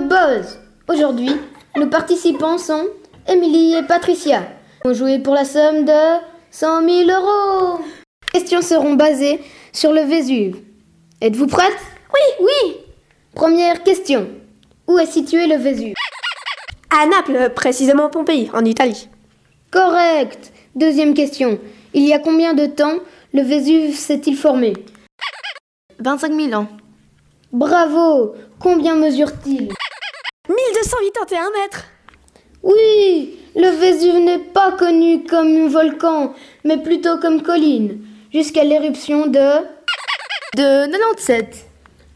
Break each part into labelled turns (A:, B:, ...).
A: buzz. Aujourd'hui, nos participants sont Émilie et Patricia. Ils ont joué pour la somme de 100 000 euros. Les questions seront basées sur le Vésuve. Êtes-vous prête Oui, oui. Première question. Où est situé le Vésuve
B: À Naples, précisément Pompéi, en Italie.
A: Correct. Deuxième question. Il y a combien de temps le Vésuve s'est-il formé
C: 25 000 ans.
A: Bravo. Combien mesure-t-il
B: 1281 mètres
A: Oui, le Vésuve n'est pas connu comme volcan, mais plutôt comme colline, jusqu'à l'éruption de...
C: De 97.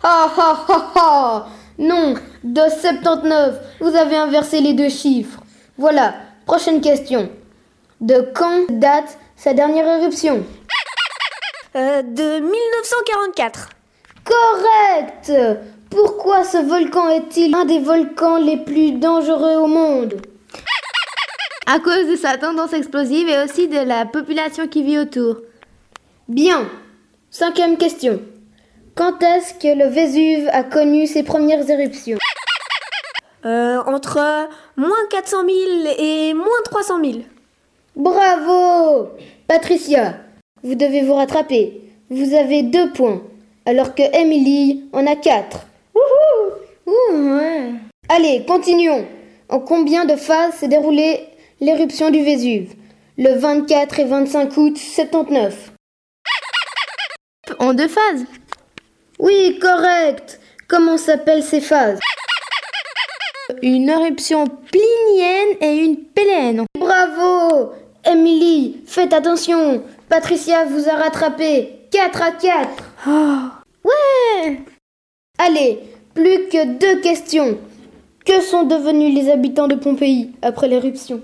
A: Ha ha ha ha Non, de 79. Vous avez inversé les deux chiffres. Voilà, prochaine question. De quand date sa dernière éruption
B: Euh, De 1944.
A: Correct Pourquoi ce volcan est-il un des volcans les plus dangereux au monde
C: À cause de sa tendance explosive et aussi de la population qui vit autour.
A: Bien. Cinquième question. Quand est-ce que le Vésuve a connu ses premières éruptions
B: Euh, entre euh, moins 400 000 et moins 300 000.
A: Bravo Patricia, vous devez vous rattraper. Vous avez deux points, alors que Emily en a quatre. Allez, continuons. En combien de phases s'est déroulée l'éruption du Vésuve Le 24 et 25 août 79.
C: En deux phases.
A: Oui, correct. Comment s'appellent ces phases
C: Une éruption plinienne et une péléenne.
A: Bravo Emily, faites attention. Patricia vous a rattrapé. 4 à 4.
B: Oh.
C: Ouais
A: Allez, plus que deux questions. Que sont devenus les habitants de Pompéi après l'éruption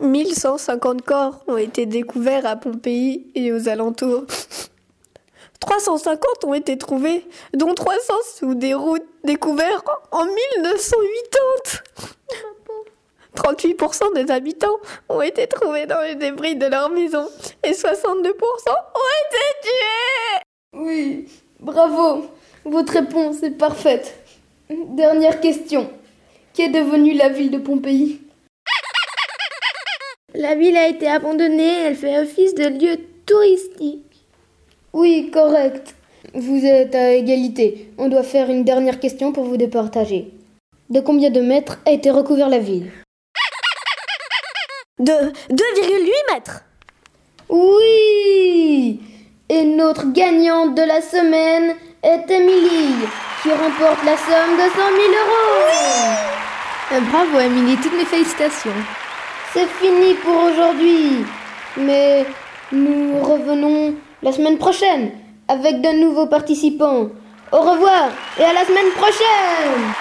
B: 1150 corps ont été découverts à Pompéi et aux alentours. 350 ont été trouvés, dont 300 sous des routes découvertes en 1980. 38% des habitants ont été trouvés dans les débris de leur maison et 62% ont été tués.
A: Oui, bravo. Votre réponse est parfaite. Dernière question. Qu'est devenue la ville de Pompéi
C: La ville a été abandonnée, elle fait office de lieu touristique.
A: Oui, correct. Vous êtes à égalité. On doit faire une dernière question pour vous départager. De combien de mètres a été recouvert la ville
B: De 2,8 mètres.
A: Oui Et notre gagnante de la semaine est Émilie, qui remporte la somme de 100 000 euros
C: Euh, Bravo Émilie, toutes mes félicitations.
A: C'est fini pour aujourd'hui Mais nous revenons la semaine prochaine avec de nouveaux participants. Au revoir et à la semaine prochaine